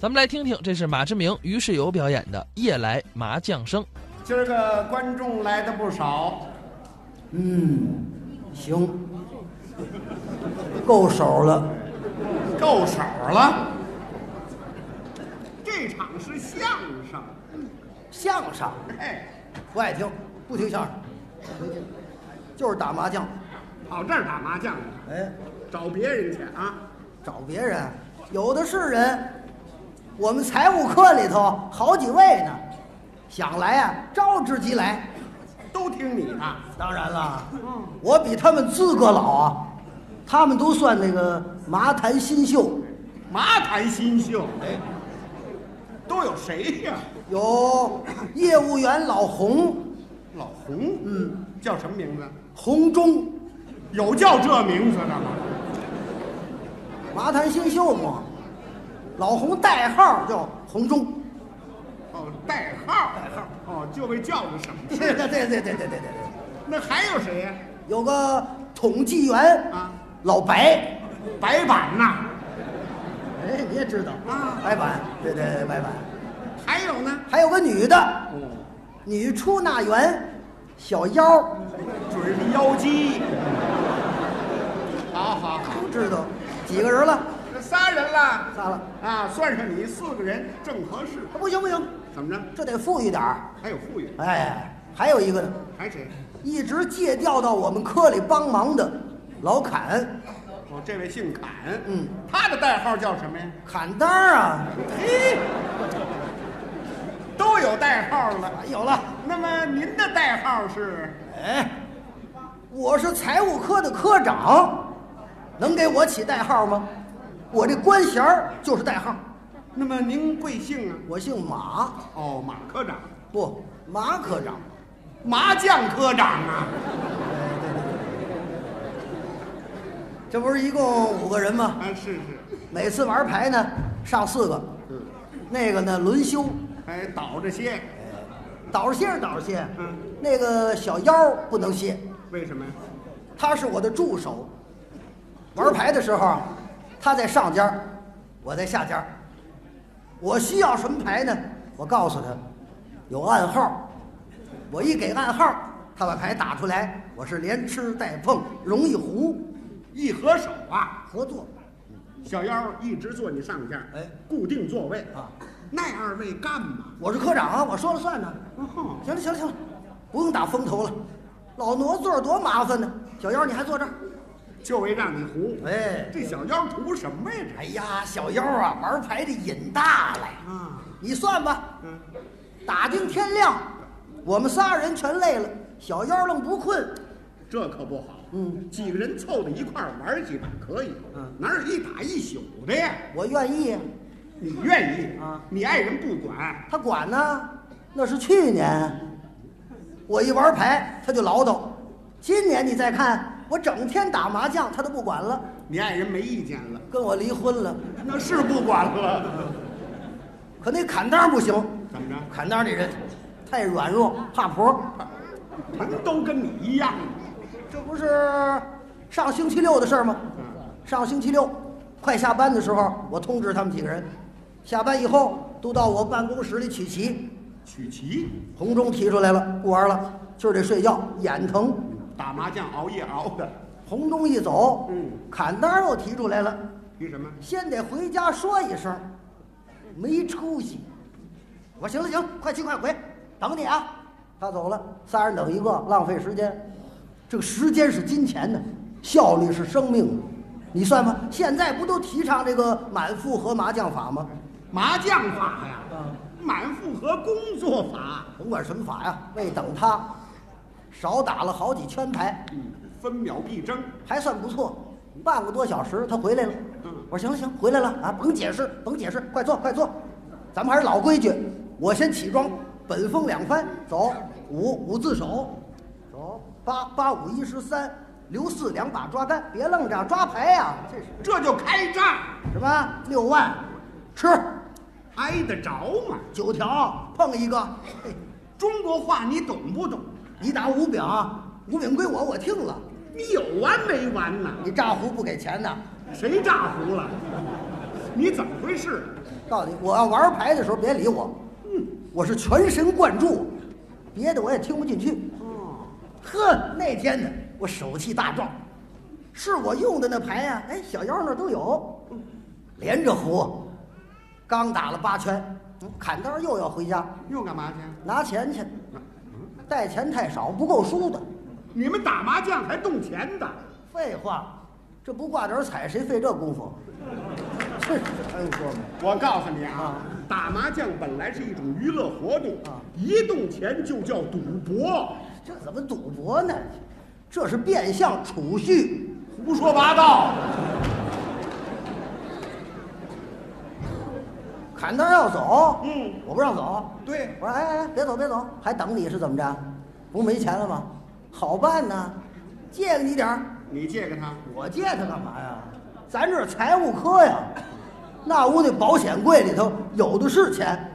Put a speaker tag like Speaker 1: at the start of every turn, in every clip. Speaker 1: 咱们来听听，这是马志明、于世友表演的《夜来麻将声》。
Speaker 2: 今儿个观众来的不少，
Speaker 3: 嗯，行，够手了。
Speaker 2: 够手了。这场是相声，
Speaker 3: 相声
Speaker 2: 哎，
Speaker 3: 不爱听，不听相声，没劲，就是打麻将。
Speaker 2: 跑这儿打麻将去，
Speaker 3: 哎，
Speaker 2: 找别人去啊！
Speaker 3: 找别人，有的是人。我们财务课里头好几位呢，想来啊，招之即来。
Speaker 2: 都听你的。
Speaker 3: 当然了，
Speaker 2: 嗯，
Speaker 3: 我比他们资格老啊，他们都算那个麻坛新秀。
Speaker 2: 麻坛新秀，哎，都有谁呀？
Speaker 3: 有业务员老洪，
Speaker 2: 老洪，嗯，叫什么名字？
Speaker 3: 洪忠，
Speaker 2: 有叫这名字的吗？
Speaker 3: 麻坛新秀嘛。老洪代号叫洪忠。
Speaker 2: 哦，代号，代号，哦，就被叫着什么？
Speaker 3: 对对对对对对对，
Speaker 2: 那还有谁呀？
Speaker 3: 有个统计员
Speaker 2: 啊，
Speaker 3: 老白，
Speaker 2: 白板呐，
Speaker 3: 哎，你也知道
Speaker 2: 啊
Speaker 3: 白板，对对对，白板，
Speaker 2: 还有呢？
Speaker 3: 还有个女的，
Speaker 2: 哦，
Speaker 3: 女出纳员，小妖，
Speaker 2: 准是妖姬。好好好，
Speaker 3: 都知道几个人了？
Speaker 2: 这仨人了，
Speaker 3: 仨了，
Speaker 2: 啊，算上你四个人正合适。
Speaker 3: 啊不行不行，
Speaker 2: 怎么着？
Speaker 3: 这得富裕点儿。
Speaker 2: 还有富裕，
Speaker 3: 哎，还有一个呢，
Speaker 2: 还谁？
Speaker 3: 一直借调到我们科里帮忙的老侃，
Speaker 2: 哦，这位姓侃，
Speaker 3: 嗯，
Speaker 2: 他的代号叫什么呀？
Speaker 3: 侃单儿啊，
Speaker 2: 嘿，都有代号了。
Speaker 3: 有了。
Speaker 2: 那么您的代号是？
Speaker 3: 哎，我是财务科的科长，能给我起代号吗？我这官衔儿就是代号，
Speaker 2: 那么您贵姓啊？
Speaker 3: 我姓马，
Speaker 2: 哦，马科长，
Speaker 3: 不，马科长。
Speaker 2: 麻将科长啊。
Speaker 3: 这不是一共五个人吗？
Speaker 2: 啊，是是，
Speaker 3: 每次玩牌呢，上四个，
Speaker 2: 嗯，
Speaker 3: 那个呢轮休，
Speaker 2: 哎，倒着些，
Speaker 3: 倒着歇是倒着歇，
Speaker 2: 嗯
Speaker 3: 那个小妖不能歇，
Speaker 2: 为什么呀？
Speaker 3: 他是我的助手。玩牌的时候啊，他在上家儿，我在下家儿。我需要什么牌呢？我告诉他，有暗号。我一给暗号，他把牌打出来，我是连吃带碰，容易糊，
Speaker 2: 一合手啊，
Speaker 3: 合作。
Speaker 2: 小妖一直坐你上家，
Speaker 3: 哎，
Speaker 2: 固定座位
Speaker 3: 啊。
Speaker 2: 那二位干嘛？
Speaker 3: 我是科长啊，我说了算呢。
Speaker 2: 哦，
Speaker 3: 行了行了行了，不用打风头了，老挪座儿多麻烦呢。小妖你还坐这儿？
Speaker 2: 就为让你胡。
Speaker 3: 哎
Speaker 2: 这小妖图什么呀？
Speaker 3: 哎呀，小妖啊，玩牌的瘾大了呀。
Speaker 2: 这啊，
Speaker 3: 你算吧，
Speaker 2: 嗯，
Speaker 3: 打定天亮，我们仨人全累了，小妖愣不困。
Speaker 2: 这可不好。
Speaker 3: 嗯，
Speaker 2: 几个人凑到一块儿玩几把可以，
Speaker 3: 嗯
Speaker 2: 哪有一打一宿的呀？
Speaker 3: 我愿意，
Speaker 2: 你愿意
Speaker 3: 啊
Speaker 2: 你爱人不管，
Speaker 3: 他管呢。那是去年，我一玩牌他就唠叨。今年你再看，我整天打麻将，他都不管了，
Speaker 2: 你爱人没意见了，
Speaker 3: 跟我离婚了。
Speaker 2: 那是不管了。
Speaker 3: 可那砍当不行，
Speaker 2: 怎么着？
Speaker 3: 砍当这人太软弱，怕婆。
Speaker 2: 人都跟你一样。
Speaker 3: 这不是上星期六的事儿吗？
Speaker 2: 嗯，
Speaker 3: 上星期六快下班的时候，我通知他们几个人，下班以后都到我办公室里取棋。
Speaker 2: 曲奇，
Speaker 3: 红中提出来了，不玩了，今儿得睡觉，眼疼。
Speaker 2: 打麻将熬夜熬的，
Speaker 3: 红中一走，
Speaker 2: 嗯
Speaker 3: 砍单儿又提出来了，
Speaker 2: 提什么？
Speaker 3: 先得回家说一声，没出息。我说行了行了，快去快回，等你啊。他走了，仨人等一个，浪费时间。这个时间是金钱呢，效率是生命。你算吧，现在不都提倡这个满负荷麻将法吗？
Speaker 2: 麻将法呀，
Speaker 3: 嗯
Speaker 2: 满负荷工作法，
Speaker 3: 甭管什么法呀，为等他，少打了好几圈牌，
Speaker 2: 嗯，分秒必争，
Speaker 3: 还算不错。半个多小时，他回来了。
Speaker 2: 嗯
Speaker 3: 我说行了行，回来了啊，甭解释，甭解释，快坐快坐。咱们还是老规矩，我先起庄，本风两番，走五五字手，走八八五一十三，留四两把抓单，别愣着抓牌呀、这是
Speaker 2: 这就开战，
Speaker 3: 什么六万，吃
Speaker 2: 挨得着吗？
Speaker 3: 九条碰一个，嘿
Speaker 2: 中国话你懂不懂？
Speaker 3: 你打五饼，五饼归我，我听了。
Speaker 2: 你有完没完呢？
Speaker 3: 你炸胡不给钱呢？
Speaker 2: 谁炸胡了？你怎么回事？
Speaker 3: 告诉你，我要玩牌的时候别理我，嗯，我是全神贯注，别的我也听不进去。呵，那天呢，我手气大壮，是我用的那牌呀、哎，小妖那儿都有，连着胡，刚打了八圈，嗯砍刀又要回家
Speaker 2: 又干嘛去？
Speaker 3: 拿钱去，带钱太少，不够输的。
Speaker 2: 你们打麻将还动钱的？
Speaker 3: 废话，这不挂点彩，谁费这功夫？ 这是哎呦，哥们儿，
Speaker 2: 我告诉你啊
Speaker 3: 啊，
Speaker 2: 打麻将本来是一种娱乐活动
Speaker 3: 啊，
Speaker 2: 一动钱就叫赌博，
Speaker 3: 这怎么赌博呢？这是变相储蓄。
Speaker 2: 胡说八道。
Speaker 3: 砍刀要走，
Speaker 2: 嗯
Speaker 3: 我不让走。
Speaker 2: 对
Speaker 3: 我说哎哎哎，别走别走，还等你是怎么着？不没钱了吗？好办呐，借给你点儿。
Speaker 2: 你借给他，
Speaker 3: 我借他干嘛呀？咱这是财务科呀，那屋那保险柜里头有的是钱，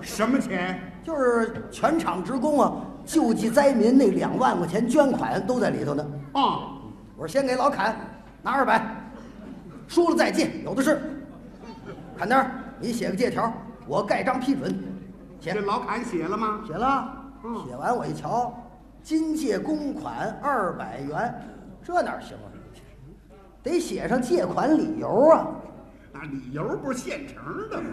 Speaker 2: 什么钱？
Speaker 3: 就是全厂职工啊救济灾民那两万块钱捐款都在里头呢。
Speaker 2: 啊，
Speaker 3: 我说先给老砍，拿二百，输了再借，有的是。砍单儿，你写个借条，我盖章批准。写
Speaker 2: 这老坎写了吗？
Speaker 3: 写了
Speaker 2: 嗯，
Speaker 3: 写完我一瞧，今借公款二百元，这哪行啊？得写上借款理由啊！
Speaker 2: 那理由不是现成的吗？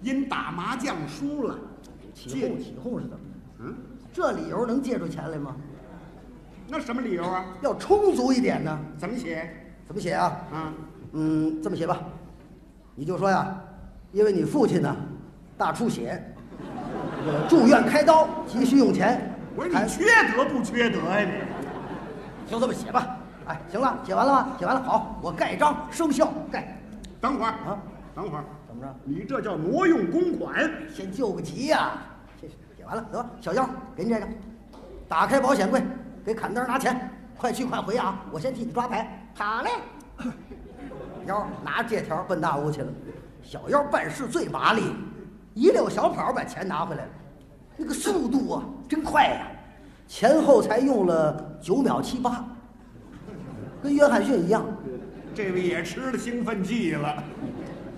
Speaker 2: 因打麻将输了，
Speaker 3: 嗯起
Speaker 2: 借
Speaker 3: 哄起哄是怎么的？
Speaker 2: 嗯，
Speaker 3: 这理由能借出钱来吗？
Speaker 2: 那什么理由啊？
Speaker 3: 要充足一点呢。
Speaker 2: 怎么写
Speaker 3: 怎么写啊？
Speaker 2: 啊？
Speaker 3: 嗯，这么写吧，你就说呀，因为你父亲呢大出血，呃住院开刀，急需用钱。
Speaker 2: 我说
Speaker 3: 还
Speaker 2: 你缺德不缺德呀、你？
Speaker 3: 就这么写吧。哎，行了，写完了吧？写完了，好，我盖章生效，盖。
Speaker 2: 等会儿
Speaker 3: 啊，
Speaker 2: 等会儿，
Speaker 3: 怎么着？
Speaker 2: 你这叫挪用公款。
Speaker 3: 先救个急呀、这是写完了，得小妖，给你这个，打开保险柜，给砍刀拿钱，快去快回啊！我先替你抓牌。好嘞。妖拿着借条奔大屋去了。小妖办事最麻利，一溜小跑把钱拿回来了，那个速度啊，真快呀、前后才用了九秒七八，跟约翰逊一样。
Speaker 2: 这位也吃了兴奋剂了，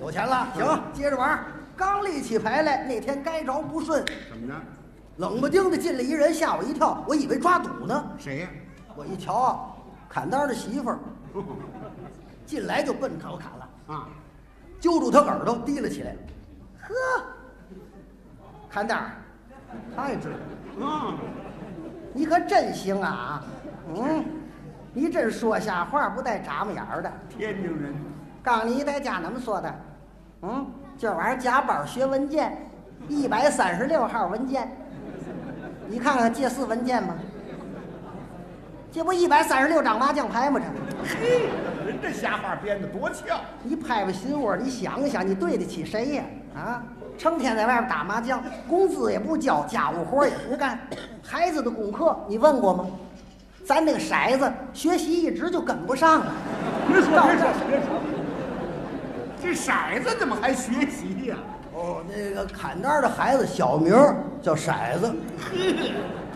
Speaker 3: 有钱了，行，接着玩儿。刚立起牌来，那天该着不顺，
Speaker 2: 怎么着？
Speaker 3: 冷不丁的进来一人，吓我一跳，我以为抓赌呢。
Speaker 2: 谁呀、
Speaker 3: 我一瞧啊，砍刀的媳妇儿进来就奔着我砍了，
Speaker 2: 啊？
Speaker 3: 揪住他耳朵提了起来。呵，砍刀儿，太准了，
Speaker 2: 啊，
Speaker 3: 你可真行啊！嗯，你真说瞎话不带眨巴眼儿的。
Speaker 2: 天津人，
Speaker 3: 刚你在家怎么说的？嗯，今儿晚上加班学文件，一百三十六号文件，你看看借四文件吧。这不一百三十六张麻将牌吗？这，
Speaker 2: 嘿，人这瞎话编的多俏。
Speaker 3: 你拍拍心窝，你想一想，你对得起谁呀？啊，成天在外边打麻将，工资也不交，家务活也不干，孩子的功课你问过吗？咱那个骰子学习一直就跟不上啊。
Speaker 2: 别说别说别说，这骰子怎么还学习呀、
Speaker 3: 哦，那个砍单的孩子小名儿叫骰子，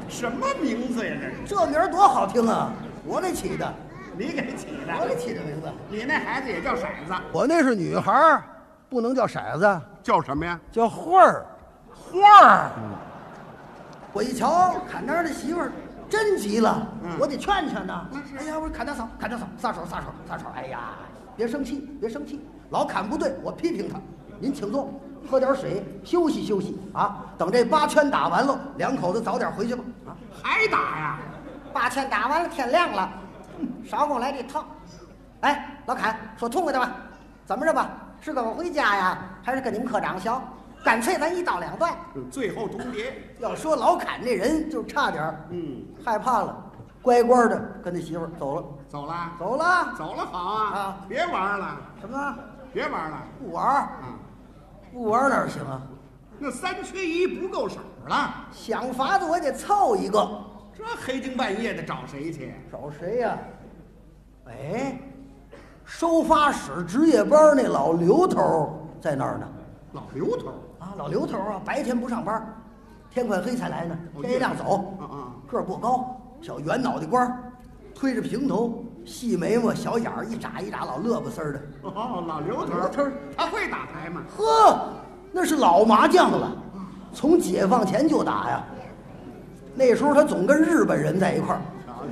Speaker 2: 什么名字呀？这是
Speaker 3: 这名儿多好听啊！我给起的，
Speaker 2: 你给起
Speaker 3: 我给
Speaker 2: 的？
Speaker 3: 起的名字。
Speaker 2: 你那孩子也叫骰子？
Speaker 3: 我那是女孩儿，不能叫骰子，
Speaker 2: 叫什么呀？
Speaker 3: 叫慧儿。
Speaker 2: 花儿。
Speaker 3: 我一瞧，砍单的媳妇儿真急了，
Speaker 2: 嗯
Speaker 3: 我得劝劝呐
Speaker 2: 那是。
Speaker 3: 哎呀，我说砍大嫂，砍大嫂，撒手，撒手，撒手！哎呀，别生气，别生气，老砍不对，我批评他。您请坐，喝点水，休息休息啊。等这八圈打完了，两口子早点回去吧。啊，
Speaker 2: 还打呀？
Speaker 3: 八圈打完了，天亮了，少跟我来这套。哎，老侃，说痛快的吧，怎么着吧？是跟我回家呀，还是跟你们科长学？干脆咱一刀两断。
Speaker 2: 最后重叠。
Speaker 3: 要说老侃这人，就差点儿
Speaker 2: 嗯，
Speaker 3: 害怕了，乖乖的跟他媳妇儿走了，
Speaker 2: 走了，
Speaker 3: 走了。
Speaker 2: 走了，好啊！
Speaker 3: 啊
Speaker 2: 别玩了，
Speaker 3: 什么？
Speaker 2: 别玩了
Speaker 3: 不玩儿？
Speaker 2: 啊！
Speaker 3: 不玩儿哪儿行啊？
Speaker 2: 那三缺一不够手了，
Speaker 3: 想法子我得凑一个。
Speaker 2: 这黑更半夜的找谁去？
Speaker 3: 找谁呀、哎，收发室值夜班那老刘头儿在那儿呢。
Speaker 2: 老刘头，
Speaker 3: 啊，老刘头啊，白天不上班，天快黑才来呢。
Speaker 2: 哦
Speaker 3: 天一亮走，
Speaker 2: 嗯嗯
Speaker 3: 个儿不高，小圆脑袋瓜儿，推着平头，细眉毛、小眼儿一眨一眨，老乐不丝儿的。
Speaker 2: 哦，老刘头
Speaker 3: 老
Speaker 2: 儿，
Speaker 3: 头儿
Speaker 2: 他会打牌吗？
Speaker 3: 呵，那是老麻将了，从解放前就打呀。那时候他总跟日本人在一块儿，
Speaker 2: 瞧瞧，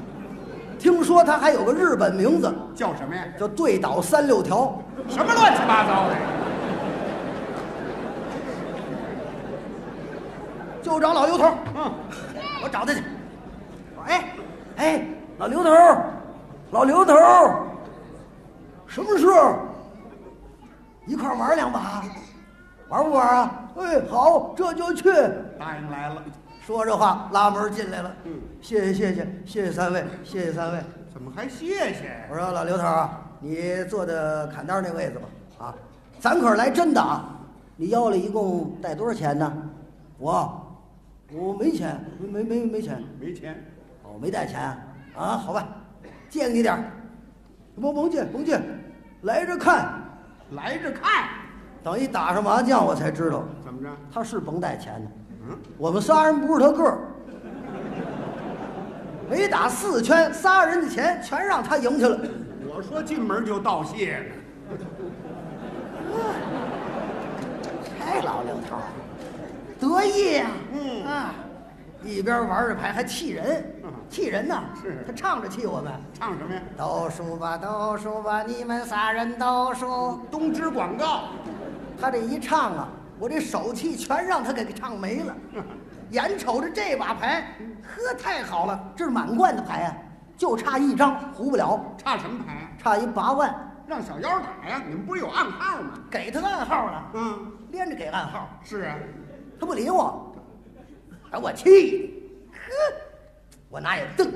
Speaker 3: 听说他还有个日本名字
Speaker 2: 叫什么呀？
Speaker 3: 叫“对倒三六条
Speaker 2: 什么乱七八糟的呀？”，
Speaker 3: 就找老刘头儿。
Speaker 2: 嗯，
Speaker 3: 我找他去。我说哎，哎，老刘头儿，老刘头儿，什么事？一块儿玩两把，玩不玩啊？哎，好，这就去。
Speaker 2: 答应来了，
Speaker 3: 说着话，拉门进来了。
Speaker 2: 嗯
Speaker 3: 谢谢谢谢谢谢三位，谢谢三位。
Speaker 2: 怎么还谢谢呀？
Speaker 3: 我说老刘头儿啊，你坐的砍刀那位子吧，啊，咱可是来真的啊！你腰里一共带多少钱呢？我，我没钱，没没没没钱。
Speaker 2: 没钱，
Speaker 3: 哦，没带钱啊？啊好吧，借你点儿。甭甭借，甭借，来着看。
Speaker 2: 来着看，
Speaker 3: 等一打上麻将，我才知道
Speaker 2: 怎么着？
Speaker 3: 他是甭带钱的。
Speaker 2: 嗯，
Speaker 3: 我们仨人不是他个儿，没打四圈，仨人的钱全让他赢去了。
Speaker 2: 我说进门就道谢呢，
Speaker 3: 太老刘头儿，得意呀、
Speaker 2: 嗯
Speaker 3: 啊，一边玩着牌还气人
Speaker 2: 嗯，
Speaker 3: 气人呐、
Speaker 2: 是
Speaker 3: 他唱着气我们。
Speaker 2: 唱什么呀？
Speaker 3: 都说吧，都说吧，你们仨人都说。
Speaker 2: 东芝广告，
Speaker 3: 他这一唱啊，我这手气全让他给唱没了。
Speaker 2: 嗯
Speaker 3: 眼瞅着这把牌，呵，太好了，这是满贯的牌啊，就差一张胡不了，
Speaker 2: 唱什么牌？
Speaker 3: 差一八万，
Speaker 2: 让小妖打呀！你们不是有暗号吗？
Speaker 3: 给他暗号了，
Speaker 2: 嗯，
Speaker 3: 连着给暗号，
Speaker 2: 是啊，
Speaker 3: 他不理我，把我气的，呵，我拿眼瞪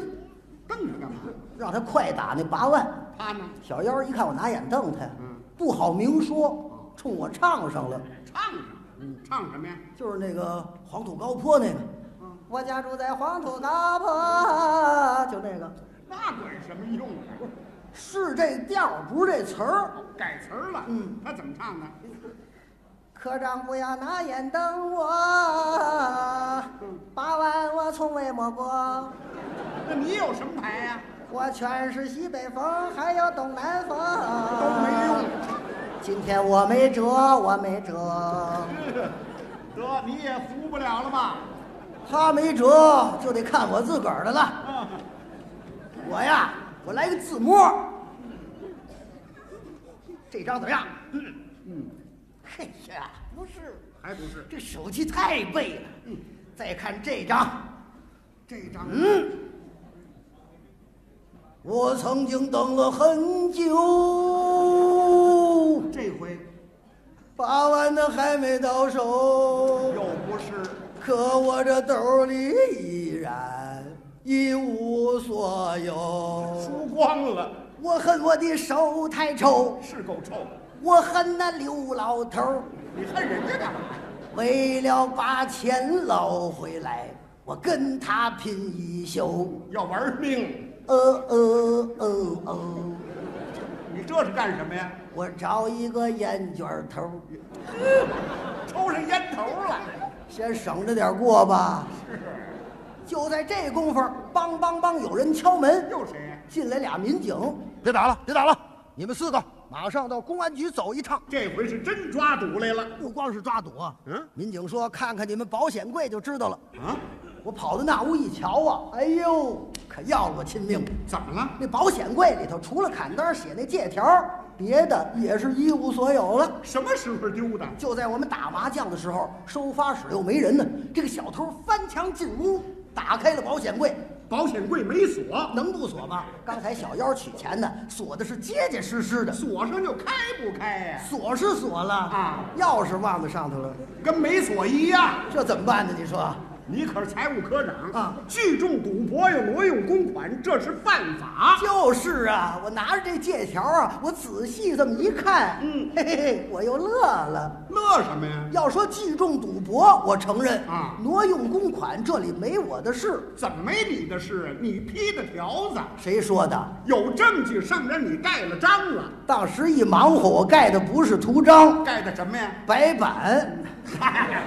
Speaker 3: 他，
Speaker 2: 瞪着干嘛？
Speaker 3: 让他快打那八万。
Speaker 2: 他呢？
Speaker 3: 小妖一看我拿眼瞪他呀
Speaker 2: 嗯，
Speaker 3: 不好明说，冲我唱上了。
Speaker 2: 唱上，唱什么呀？
Speaker 3: 就是那个黄土高坡那个
Speaker 2: 嗯。
Speaker 3: 我家住在黄土高坡，就那个，
Speaker 2: 那管什么用啊？
Speaker 3: 是这调儿不是这词儿。
Speaker 2: 改词儿了，
Speaker 3: 嗯，
Speaker 2: 他怎么唱的？
Speaker 3: 科长不要拿眼瞪我，
Speaker 2: 嗯
Speaker 3: 八万我从未摸过，
Speaker 2: 那你有什么牌呀？
Speaker 3: 我全是西北风，还有东南
Speaker 2: 都
Speaker 3: 风，都
Speaker 2: 没用。。
Speaker 3: 今天我没辙，我没辙，
Speaker 2: 得，你也服不了了吧？
Speaker 3: 他没辙就得看我自个儿的了。
Speaker 2: 啊，
Speaker 3: 我呀，我来个自摸。这张怎么样？
Speaker 2: 嗯，
Speaker 3: 嘿呀，不是，
Speaker 2: 还不是
Speaker 3: 这手气太背了。再看这张，
Speaker 2: 这张，
Speaker 3: 我曾经等了很久，
Speaker 2: 这回
Speaker 3: 八万的还没到手，
Speaker 2: 又不是，
Speaker 3: 可我这兜里依然一无所有。
Speaker 2: 输光了，
Speaker 3: 我恨我的手太丑，
Speaker 2: 是够臭的。
Speaker 3: 我恨那刘老头儿。
Speaker 2: 你恨人家干嘛？
Speaker 3: 为了把钱捞回来，我跟他拼一宿。
Speaker 2: 要玩命！
Speaker 3: 呃呃呃呃，
Speaker 2: 你这是干什么呀？
Speaker 3: 我找一个烟卷头儿，
Speaker 2: 抽上烟头了。
Speaker 3: 先省着点过吧。
Speaker 2: 是，
Speaker 3: 就在这功夫，梆梆梆，有人敲门，
Speaker 2: 又谁呀？
Speaker 3: 进来俩民警。别打了，别打了，你们四个马上到公安局走一趟。
Speaker 2: 这回是真抓赌来了。
Speaker 3: 不光是抓赌啊，
Speaker 2: 嗯
Speaker 3: 民警说看看你们保险柜就知道了。
Speaker 2: 啊？
Speaker 3: 我跑到那屋一瞧啊，哎呦，可要了我亲命！
Speaker 2: 怎么了？
Speaker 3: 那保险柜里头除了砍单写那借条，别的也是一无所有了。
Speaker 2: 什么时候丢的？
Speaker 3: 就在我们打麻将的时候，收发室又没人呢，这个小偷翻墙进屋，打开了保险柜，
Speaker 2: 保险柜没锁，
Speaker 3: 能不锁吗？刚才小妖取钱呢，锁的是结结实实的，
Speaker 2: 锁上就开不开呀、
Speaker 3: 锁是锁了
Speaker 2: 啊
Speaker 3: 钥匙忘在上头了，
Speaker 2: 跟没锁一样。
Speaker 3: 这怎么办呢？你说？
Speaker 2: 你可是财务科长
Speaker 3: 啊
Speaker 2: 聚众赌博又挪用公款，这是犯法。
Speaker 3: 就是啊，我拿着这借条啊，我仔细这么一看，
Speaker 2: 嗯
Speaker 3: 嘿嘿嘿，我又乐了。
Speaker 2: 乐什么呀？
Speaker 3: 要说聚众赌博，我承认
Speaker 2: 啊
Speaker 3: 挪用公款这里没我的事。
Speaker 2: 怎么没你的事啊？你批的条子
Speaker 3: 谁说的？
Speaker 2: 有证据，上面你盖了章了，
Speaker 3: 当时一忙活，我盖的不是图章，
Speaker 2: 盖的什么呀？
Speaker 3: 白板。
Speaker 2: 嗨，